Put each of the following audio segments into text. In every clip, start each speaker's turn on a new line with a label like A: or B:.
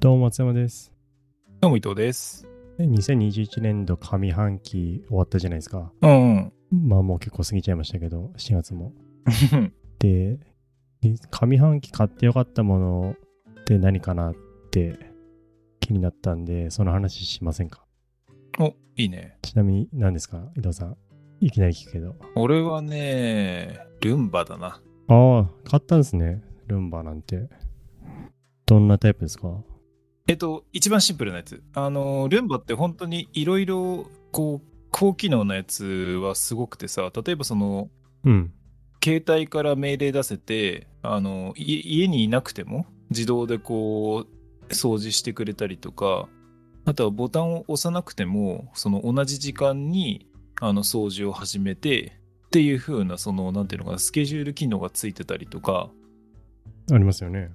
A: どうも松山です。
B: どうも伊藤です。
A: で2021年度上半期終わったじゃないですか。
B: うん。
A: まあもう結構過ぎちゃいましたけど、7月も。で、に上半期買ってよかったものって何かなって気になったんで、その話しませんか。
B: お、いいね。
A: ちなみに何ですか伊藤さん。いきなり聞くけど。
B: 俺はね、ルンバだな。
A: ああ、買ったんですね。ルンバなんて。どんなタイプですか
B: えっと、一番シンプルなやつ。あの、ルンバって本当にいろいろ、こう、高機能なやつはすごくてさ、例えばその、
A: うん。
B: 携帯から命令出せて、あの、い家にいなくても、自動でこう、掃除してくれたりとか、あとはボタンを押さなくても、その同じ時間に、あの、掃除を始めて、っていう風な、その、なんていうのかな、スケジュール機能がついてたりとか、
A: ありますよね。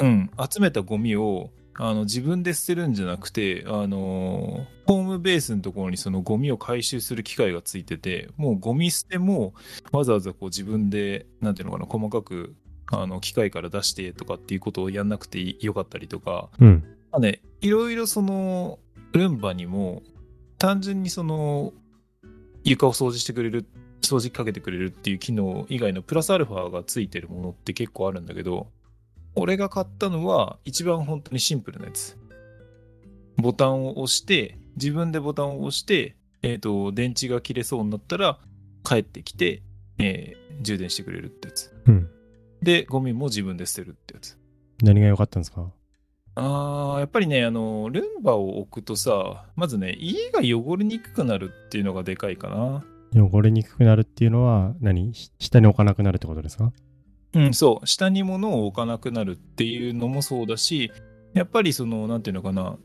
B: うん、集めたゴミをあの自分で捨てるんじゃなくて、あのーホームベースのところにそのゴミを回収する機械がついててもうゴミ捨てもわざわざこう自分でなんていうのかな細かくあの機械から出してとかっていうことをやんなくていいよかったりとか、
A: うん。
B: まあね、いろいろそのルンバにも単純にその床を掃除してくれる掃除機かけてくれるっていう機能以外のプラスアルファがついてるものって結構あるんだけど俺が買ったのは一番本当にシンプルなやつボタンを押して自分でボタンを押して、えー、と電池が切れそうになったら帰ってきて、えー充電してくれるってやつ
A: うん。
B: でゴミも自分で捨てるってやつ
A: 何が良かったんですか
B: あーやっぱりねあのルンバを置くとさまずね家が汚れにくくなるっていうのがでかいかな
A: 汚れにくくなるっていうのは何、し下に置かなくなるってことですか
B: うんそう下に物を置かなくなるっていうのもそうだしやっぱりそのなんていうのかな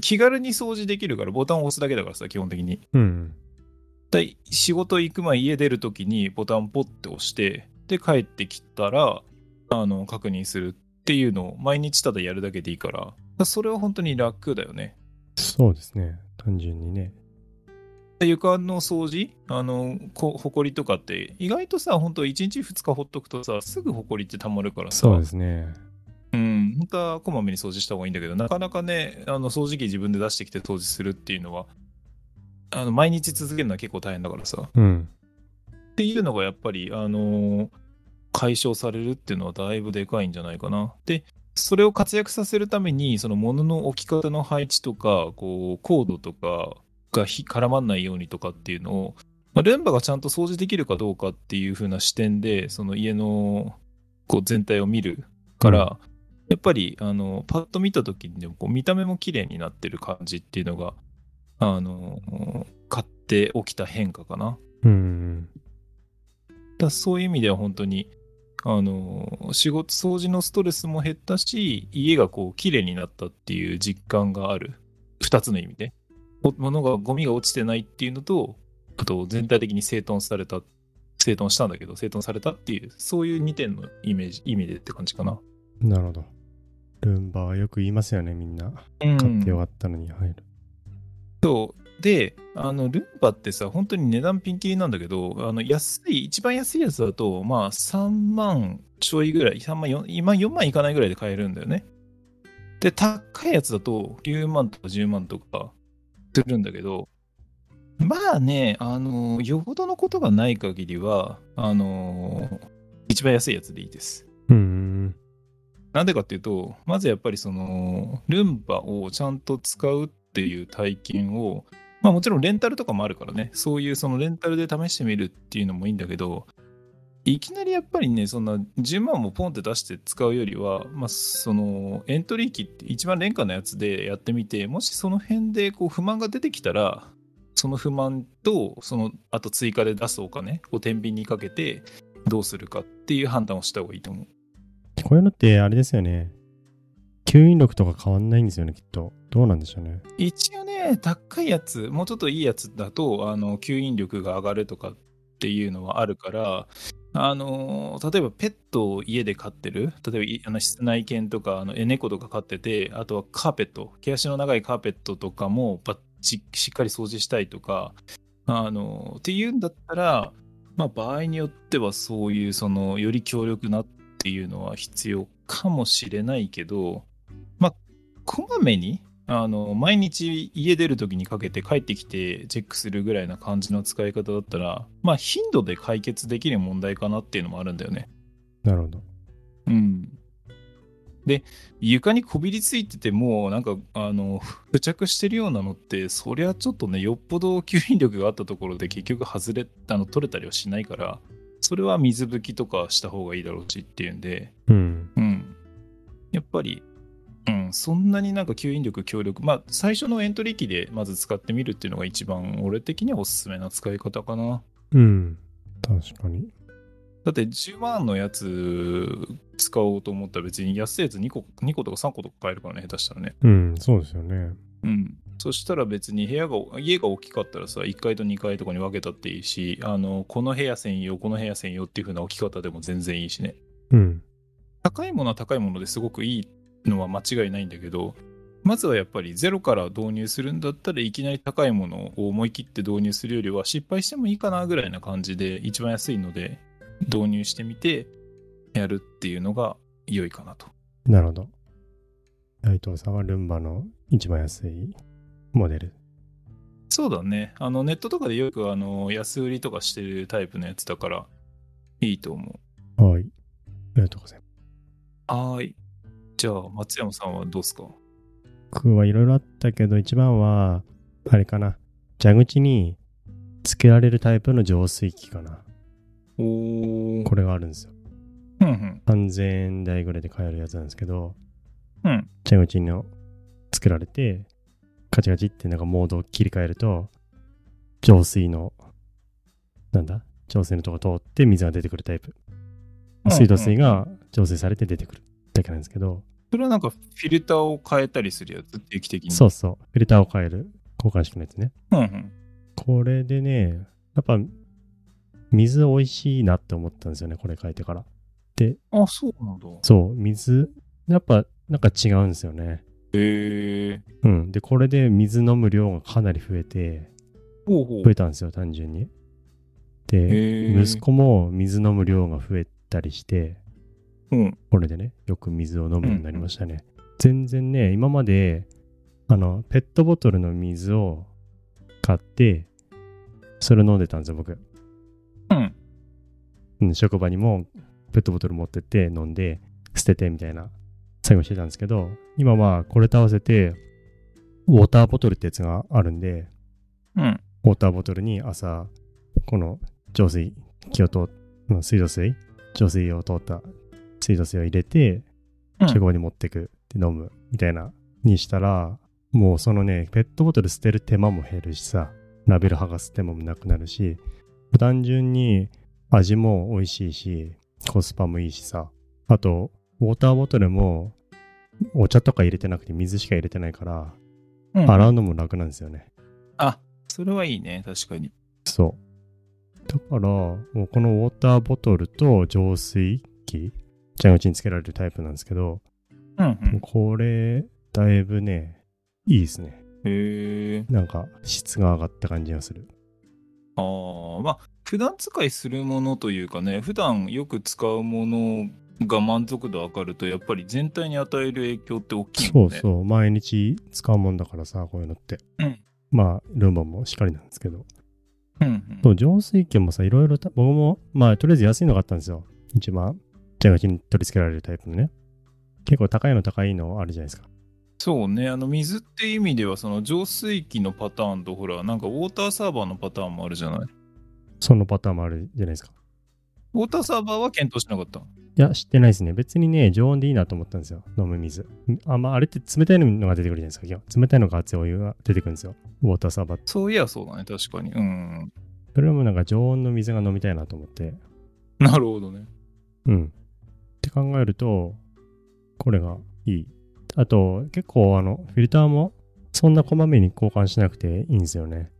B: 気軽に掃除できるからボタンを押すだけだからさ基本的に
A: うん。
B: で仕事行く前家出るときにボタンポッて押してで帰ってきたらあの確認するっていうのを毎日ただやるだけでいいからだからそれは本当に楽だよね
A: そうですね。単純にね。
B: 床の掃除あのこほこりとかって意外とさ本当一1日2日ほっとくとさすぐほこりってたまるからさ
A: そうですね。
B: うん本当はこまめに掃除した方がいいんだけどなかなかねあの掃除機自分で出してきて掃除するっていうのはあの毎日続けるのは結構大変だからさ
A: うん。
B: っていうのがやっぱりあのー解消されるっていうのはだいぶでかいんじゃないかなでそれを活躍させるためにその物の置き方の配置とかこうコードとかがひ絡まんないようにとかっていうのを、まあ、ルンバがちゃんと掃除できるかどうかっていう風な視点でその家のこう全体を見るから、やっぱりあのパッと見た時にでもこう見た目も綺麗になってる感じっていうのがあのー買って起きた変化かな。
A: うん。うん。
B: だそういう意味では本当にあの仕事掃除のストレスも減ったし家がこう綺麗になったっていう実感がある2つの意味でお物がゴミが落ちてないっていうのとあと全体的に整頓された整頓したんだけど整頓されたっていうそういう2点のイメージ意味でって感じかな、
A: なるほど。ルンバはよく言いますよね、みんな。買ってよかったのに入る。
B: そうであのルンバってさ本当に値段ピンキリなんだけどあの安い一番安いやつだとまあ3万ちょいぐらい3万4今4万いかないぐらいで買えるんだよねで高いやつだと9万とか10万とかするんだけどまあねあのよほどのことがない限りはあの一番安いやつでいいです
A: うん。
B: なんでかっていうと、まずやっぱりその、ルンバをちゃんと使うっていう体験を、まあもちろんレンタルとかもあるからね、そういうそのレンタルで試してみるっていうのもいいんだけど、いきなりやっぱりね、そんな10万もポンって出して使うよりは、まあそのエントリー機って一番廉価なやつでやってみて、もしその辺でこう不満が出てきたら、その不満と、その、あと追加で出すお金を天秤にかけて、どうするかっていう判断をした方がいいと思う。
A: こういうのってあれですよね。吸引力とか変わんないんですよね、きっと。どうなんでしょうね。
B: 一応ね高いやつもうちょっといいやつだとあの吸引力が上がるとかっていうのはあるからあの例えばペットを家で飼ってる例えばいあの室内犬とかあのえ猫とか飼っててあとはカーペット毛足の長いカーペットとかもバッチしっかり掃除したいとかあのっていうんだったら、まあ、場合によってはそういうそのより強力なっていうのは必要かもしれないけどまあこまめにあの毎日家出る時にかけて帰ってきてチェックするぐらいな感じの使い方だったらまあ頻度で解決できる問題かなっていうのもあるんだよね。
A: なるほど。
B: うん、で床にこびりついててもうなんかあの付着してるようなのってそりゃちょっとねよっぽど吸引力があったところで結局外れあの取れたりはしないからそれは水拭きとかした方がいいだろうしっていうんで、
A: うん。
B: うん、やっぱり、うん、そんなになんか吸引力強力まあ最初のエントリー機でまず使ってみるっていうのが一番俺的にはおすすめな使い方かな。
A: うん。確かに。
B: だって10万のやつ使おうと思ったら別に安いやつ2個 ,2 個とか3個とか買えるからね、下手したらね。
A: うん、そうですよね。
B: うん。そしたら別に部屋が、家が大きかったらさ、1階と2階とかに分けたっていいし、あの、この部屋専用、この部屋専用っていう風な置き方でも全然いいしね。
A: うん。
B: 高いものは高いものですごくいいのは間違いないんだけど、まずはやっぱりゼロから導入するんだったらいきなり高いものを思い切って導入するよりは失敗してもいいかなぐらいな感じで一番安いので導入してみてやるっていうのが良いかなと。
A: なるほど。内藤さんはルンバの一番安いモデル。
B: そうだね。あのネットとかでよくあの安売りとかしてるタイプのやつだからいいと思う。
A: はい。ありがとうございます。
B: はーい。じゃあ松山さんはどうですか
A: 僕はいろいろあったけど、一番は、あれかな。蛇口につけられるタイプの浄水器かな。
B: おー。
A: これがあるんですよ。
B: うんうん。
A: 3000円台ぐらいで買えるやつなんですけど、
B: うん。
A: 蛇口のつけられて、カチカチってなんかモードを切り替えると、浄水の、なんだ浄水のとこ通って水が出てくるタイプ。水道水
B: うんうん
A: が浄水されて出てくるだけなんですけど、
B: それはなんかフィルターを変えたりするやつ定期的に。
A: そうそう、フィルターを変える交換式のやつね。
B: うんうん。
A: これでね、やっぱ水美味しいなって思ったんですよね、これ変えてから。
B: あ、そうなんだ。
A: そう、水、やっぱなんか違うんですよね。
B: へえ。
A: うん。で、これで水飲む量がかなり増えて、
B: ほうほ
A: 増えたんですよ、単純に。
B: う。
A: で、
B: へえ。
A: 息子も水飲む量が増えたりして、
B: うん。
A: これでね、よく水を飲むようになりましたね。全然ね、今まで、あの、ペットボトルの水を買って、それを飲んでたんですよ、僕。
B: うん。
A: うん、職場にもペットボトル持ってって飲んで、捨ててみたいな作業してたんですけど、今はこれと合わせて、ウォーターボトルってやつがあるんで、
B: うん。
A: ウォーターボトルに朝、この浄水器を通っまあ水道水浄水を通った水道水を入れて、
B: うん
A: 厨房に持ってくって飲むみたいなにしたら、もうそのね、ペットボトル捨てる手間も減るしさ、ラベル剥がす手間もなくなるし、単純に味も美味しいし、コスパもいいしさ、あと、ウォーターボトルもお茶とか入れてなくて水しか入れてないから、
B: うん
A: 洗うのも楽なんですよね。
B: あ、それはいいね、確かに。
A: そう。だから、もうこのウォーターボトルと浄水器、蛇口につけられるタイプなんですけど、
B: うん
A: もうこれ、だいぶね、いいですね。
B: うん。へえ。
A: なんか、質が上がった感じがする。
B: ああ、まあ、普段使いするものというかね、普段よく使うものが満足度上がると、やっぱり全体に与える影響って大きい
A: そ
B: もん
A: う
B: ね。う
A: そう、毎日使うもんだからさ、こういうのって。
B: うん
A: まあ、ルンバもしっかりなんですけど。
B: そう。ん
A: そう、浄水器もさ、いろいろた、僕も、まあ、とりあえず安いのがあったんですよ。一番、蛇口に取り付けられるタイプのね。結構高いの高いのあるじゃないですか。
B: そうね、あの水って意味では、その浄水器のパターンと、ほら、なんかウォーターサーバーのパターンもあるじゃない。
A: そのパターンもあるじゃないですか。
B: ウォーターサーバーは検討しなかった。
A: いや、知ってないですね。別にね、常温でいいなと思ったんですよ。飲む水。んあ、まあ、あれって冷たいのが出てくるじゃないですか、今日。冷たいのが熱いお湯が出てくるんですよ。ウォーターサーバー。
B: そういや、そうだね、確かに。うん。
A: それもなんか常温の水が飲みたいなと思って。
B: なるほどね。
A: うん。って考えると、これがいい。あと、結構あの、フィルターもそんなこまめに交換しなくていいんですよね。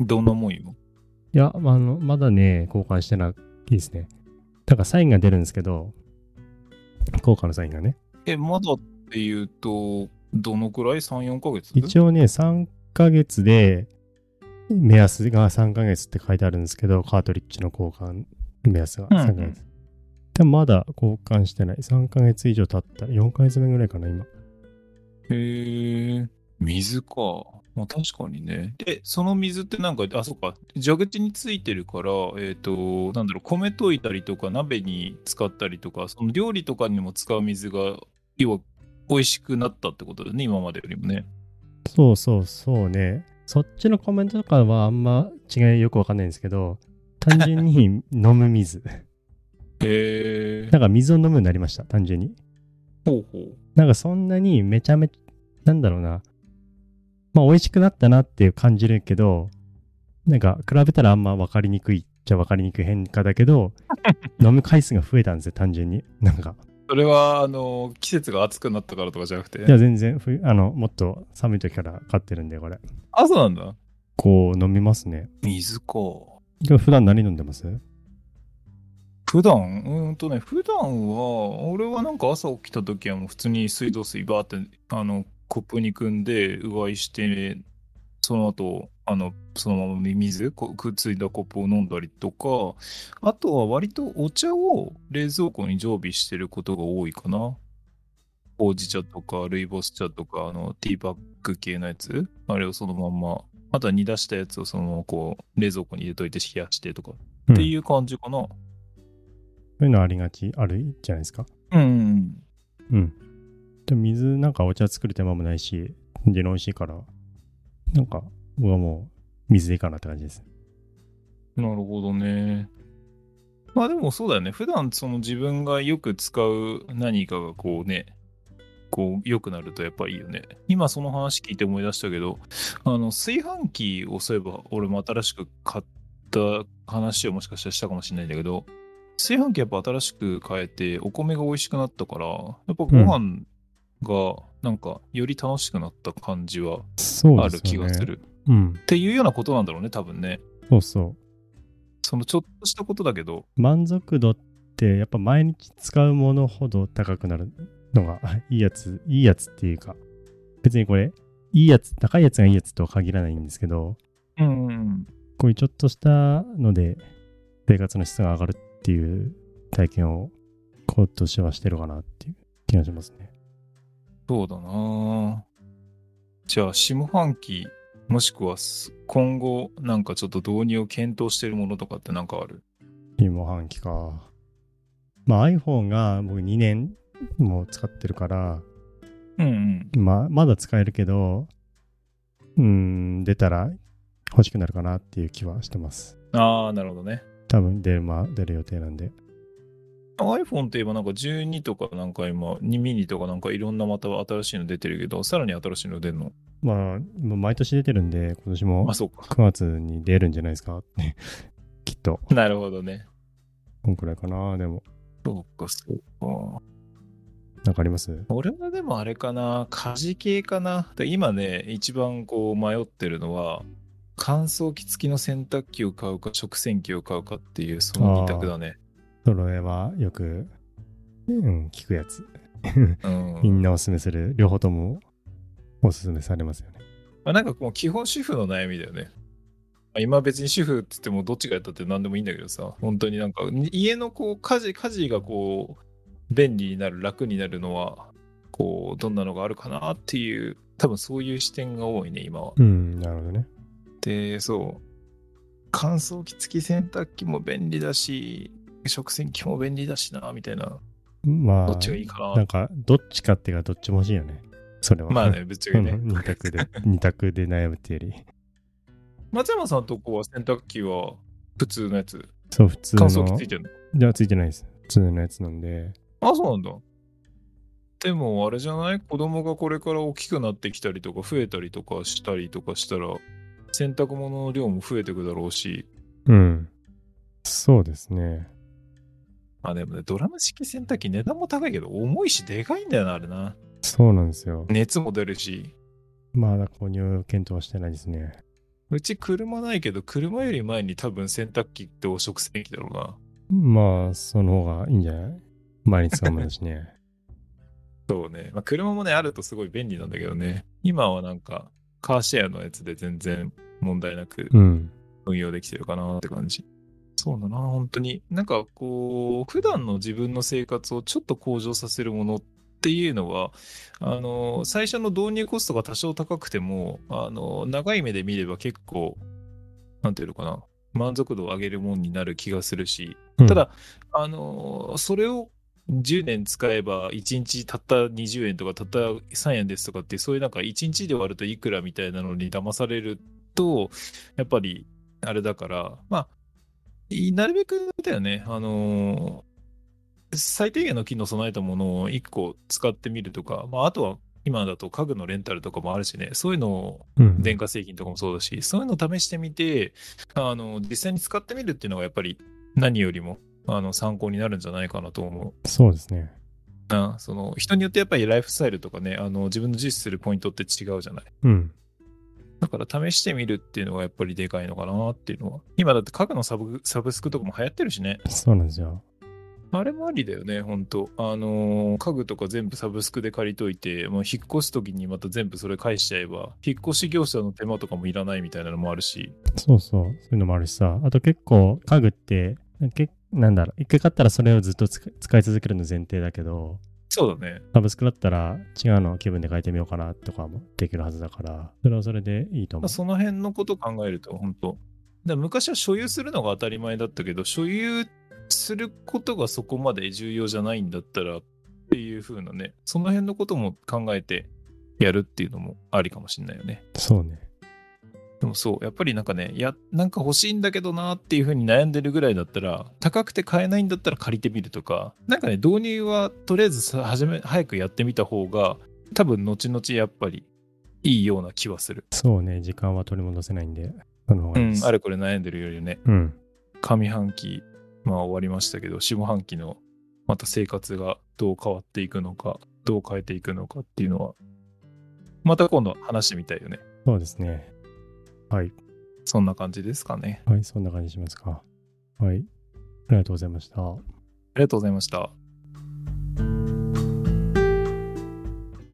B: どんなもんよ。
A: いや、まあ、あの、まだね、交換してないですね。なんかサインが出るんですけど、効果のサインがね。
B: え、まだっていうと、どのくらい ?3、4ヶ月
A: 一応ね、3ヶ月で、目安が3ヶ月って書いてあるんですけど、カートリッジの交換、目安が
B: うんう
A: 3
B: ん
A: ヶ月。でもまだ交換してない。3ヶ月以上経った。4ヶ月目ぐらいかな、今。
B: へえ、水か。まあ確かにね。で、その水ってなんか、あ、そっか、蛇口についてるから、えっ、と、なんだろう、米といたりとか、鍋に使ったりとか、その料理とかにも使う水が、要は、美味しくなったってことだね、今までよりもね。
A: そうそうそうね。そっちのコメントとかはあんま違いよくわかんないんですけど、単純に飲む 水。
B: へえ、
A: なんか水を飲むようになりました、単純に。
B: ほうほう。
A: なんかそんなにめちゃめちゃ、なんだろうな。まあ美味しくなったなっていう感じるけど、なんか比べたらあんま分かりにくいっちゃ分かりにくい変化だけど、飲む回数が増えたんですよ、単純に。なんか。
B: それは、あの、季節が暑くなったからとかじゃなくて
A: い。や、全然冬、あの、もっと寒い時から買ってるんで、これ。
B: あ、そうなんだ。
A: こう飲みますね。
B: 水か。
A: でも普段何飲んでます
B: 普段うーんとね、普段は、俺はなんか朝起きた時はもう普通に水道水バーって、あの、コップに汲んで、うがいして、その後、あの、そのまま水、こくっついたコップを飲んだりとか、あとは割とお茶を冷蔵庫に常備してることが多いかな。ほうじ茶とか、ルイボス茶とか、あの、ティーバッグ系のやつ、あれをそのまんま、あとは煮出したやつをそのままこう、冷蔵庫に入れといて冷やしてとか、っていう感じかな。
A: そういうのありがち、あるじゃないですか。
B: うん。
A: うん。でも水なんかお茶作る手間もないし、全然美味しいから、なんか僕はもう水でいいかなって感じです。
B: なるほどね。まあでもそうだよね。普段その自分がよく使う何かがこうね、こう良くなるとやっぱいいよね。今その話聞いて思い出したけど、あの炊飯器をそういえば俺も新しく買った話をもしかしたらしたかもしれないんだけど、炊飯器やっぱ新しく変えてお米が美味しくなったから、やっぱご飯がなんかより楽しくなった感じは
A: そ
B: あ
A: うで
B: る
A: す
B: 気
A: よね。
B: がす。る。
A: うん。
B: っていうようなことなんだろうね、多分ね。
A: そうそう。
B: そのちょっとしたことだけど、
A: 満足度ってやっぱ毎日使うものほど高くなるのが いいやつ、いいやつっていうか、別にこれ、いいやつ、高いやつがいいやつとは限らないんですけど、
B: うんうん
A: こういうちょっとしたので生活の質が上がるっていう体験を今年はしてるかなっていう気がしますね。
B: そうだなあじゃあ下半期もしくはす今後なんかちょっと導入を検討してるものとかってなんかある
A: 下半期か。まあ iPhone が僕2年も使ってるから、
B: うんうん
A: まあまだ使えるけど、うーん、出たら欲しくなるかなっていう気はしてます。
B: ああなるほどね
A: 多分出る,、まあ、出る予定なんで。
B: iPhone といえばなんか12とかなんか今2ミニとかなんかいろんなまた新しいの出てるけどさらに新しいの出るの
A: まあ、もう毎年出てるんで、今年も
B: あそうか
A: 9月に出るんじゃないですか って、きっと。
B: なるほどね
A: こんくらいかな、でも。
B: そうかそうか
A: なんかあります
B: 俺はでもあれかな、家事系かな。で今ね、一番こう迷ってるのは、乾燥機付きの洗濯機を買うか、食洗機を買うかっていう、その二択だね。
A: それはよく、うん、聞くやつ。
B: うん
A: みんなおすすめする、両方ともおすすめされますよね。
B: まあ、なんかもう基本主婦の悩みだよね。まあ今別に主婦って言ってもどっちがやったって何でもいいんだけどさ、本当になんかに家のこう家事、家事がこう便利になる、楽になるのは、こうどんなのがあるかなっていう、多分そういう視点が多いね、今は。
A: うん、なるほどね。
B: で、そう。乾燥機付き洗濯機も便利だし、食洗機も便利だしな、みたいな。
A: まあ、
B: どっちがいいかな。
A: なんか、どっちかっていうか、どっちも欲しいよね。それは。
B: まあね、ぶっちゃ
A: う
B: け
A: ん。
B: ね。
A: 二択で、二択で悩むっていうより。
B: 松山さんとこは洗濯機は普通のやつ。
A: そう、普通の。
B: 乾燥機付いてるの。
A: いや、ついてないです。普通のやつなんで。
B: あ、そうなんだ。でも、あれじゃない子供がこれから大きくなってきたりとか、増えたりとかしたりとかしたら、洗濯物の量も増えてくだろうし、
A: うん。そうですね。
B: まあでもね、ドラム式洗濯機値段も高いけど、重いし、でかいんだよな、あれな。
A: そうなんですよ。
B: 熱も出るし。
A: まだ購入検討してないですね。
B: うち車ないけど、車より前に多分洗濯機と食洗機だろうな。
A: まあ、その方がいいんじゃない毎日使うものだしね。
B: そうね。まあ、車もね、あるとすごい便利なんだけどね。今はなんか、カーシェアのやつで全然問題なく
A: うん。
B: 運用できてるかなって感じ。そうだな、本当に。なんかこう、普段の自分の生活をちょっと向上させるものっていうのはあの最初の導入コストが多少高くてもあの長い目で見れば結構なんていうのかな満足度を上げるもんになる気がするし、
A: うん
B: ただあのそれを10年使えば1日たった20円とかたった3円ですとかってそういうなんか1日で割るといくらみたいなのに騙されるとやっぱりあれだからまあいなるべくだよねあの最低限の機能を備えたものを1個使ってみるとか、まあ、あとは今だと家具のレンタルとかもあるしねそういうのを
A: うん
B: 電化製品とかもそうだし、そういうのを試してみてあの実際に使ってみるっていうのがやっぱり何よりもあの参考になるんじゃないかなと思
A: そうですね。
B: うなその人によってやっぱりライフスタイルとかねあの自分の重視するポイントって違うじゃない
A: うん。
B: だから試してみるっていうのがやっぱりでかいのかなっていうのは今だって家具のサブサブスクとかも流行ってるしね
A: そうなんですよ。
B: あれもありだよねほんとあのー家具とか全部サブスクで借りといてもう引っ越す時にまた全部それ返しちゃえば引っ越し業者の手間とかもいらないみたいなのもあるし
A: そうそう。そういうのもあるしさ。あと結構家具って、けなんだろう、一回買ったらそれをずっと使い使い続けるの前提だけど、
B: そうだね
A: サブスクだったら違うのを気分で変えてみようかなとかもできるはずだから、それはそれでいいと
B: ま
A: 思
B: あその辺のこと考えると、本当。だから昔は所有するのが当たり前だったけど、所有することがそこまで重要じゃないんだったらっていう風なね、その辺のことも考えてやるっていうのもありかもしれないよね。
A: う。そうね。
B: でもそう、やっぱりなんかね、やなんか欲しいんだけどなっていう風に悩んでるぐらいだったら、高くて買えないんだったら借りてみるとか、なんかね、導入はとりあえずさ始め早くやってみた方が、多分後々やっぱりいいような気はする。
A: そうね。時間は取り戻せないんで、その方
B: う
A: がいい
B: ん
A: で、す。
B: あれこれ悩んでるよりね。
A: うん。
B: 上半期、まあ、終わりましたけど下半期のまた生活がどう変わっていくのかどう変えていくのかっていうのはまた今度話してみたいよね
A: そうですね。はい。
B: そんな感じですかね
A: はい。そんな感じにしますか。はい。ありがとうございました。
B: ありがとうございました
C: 「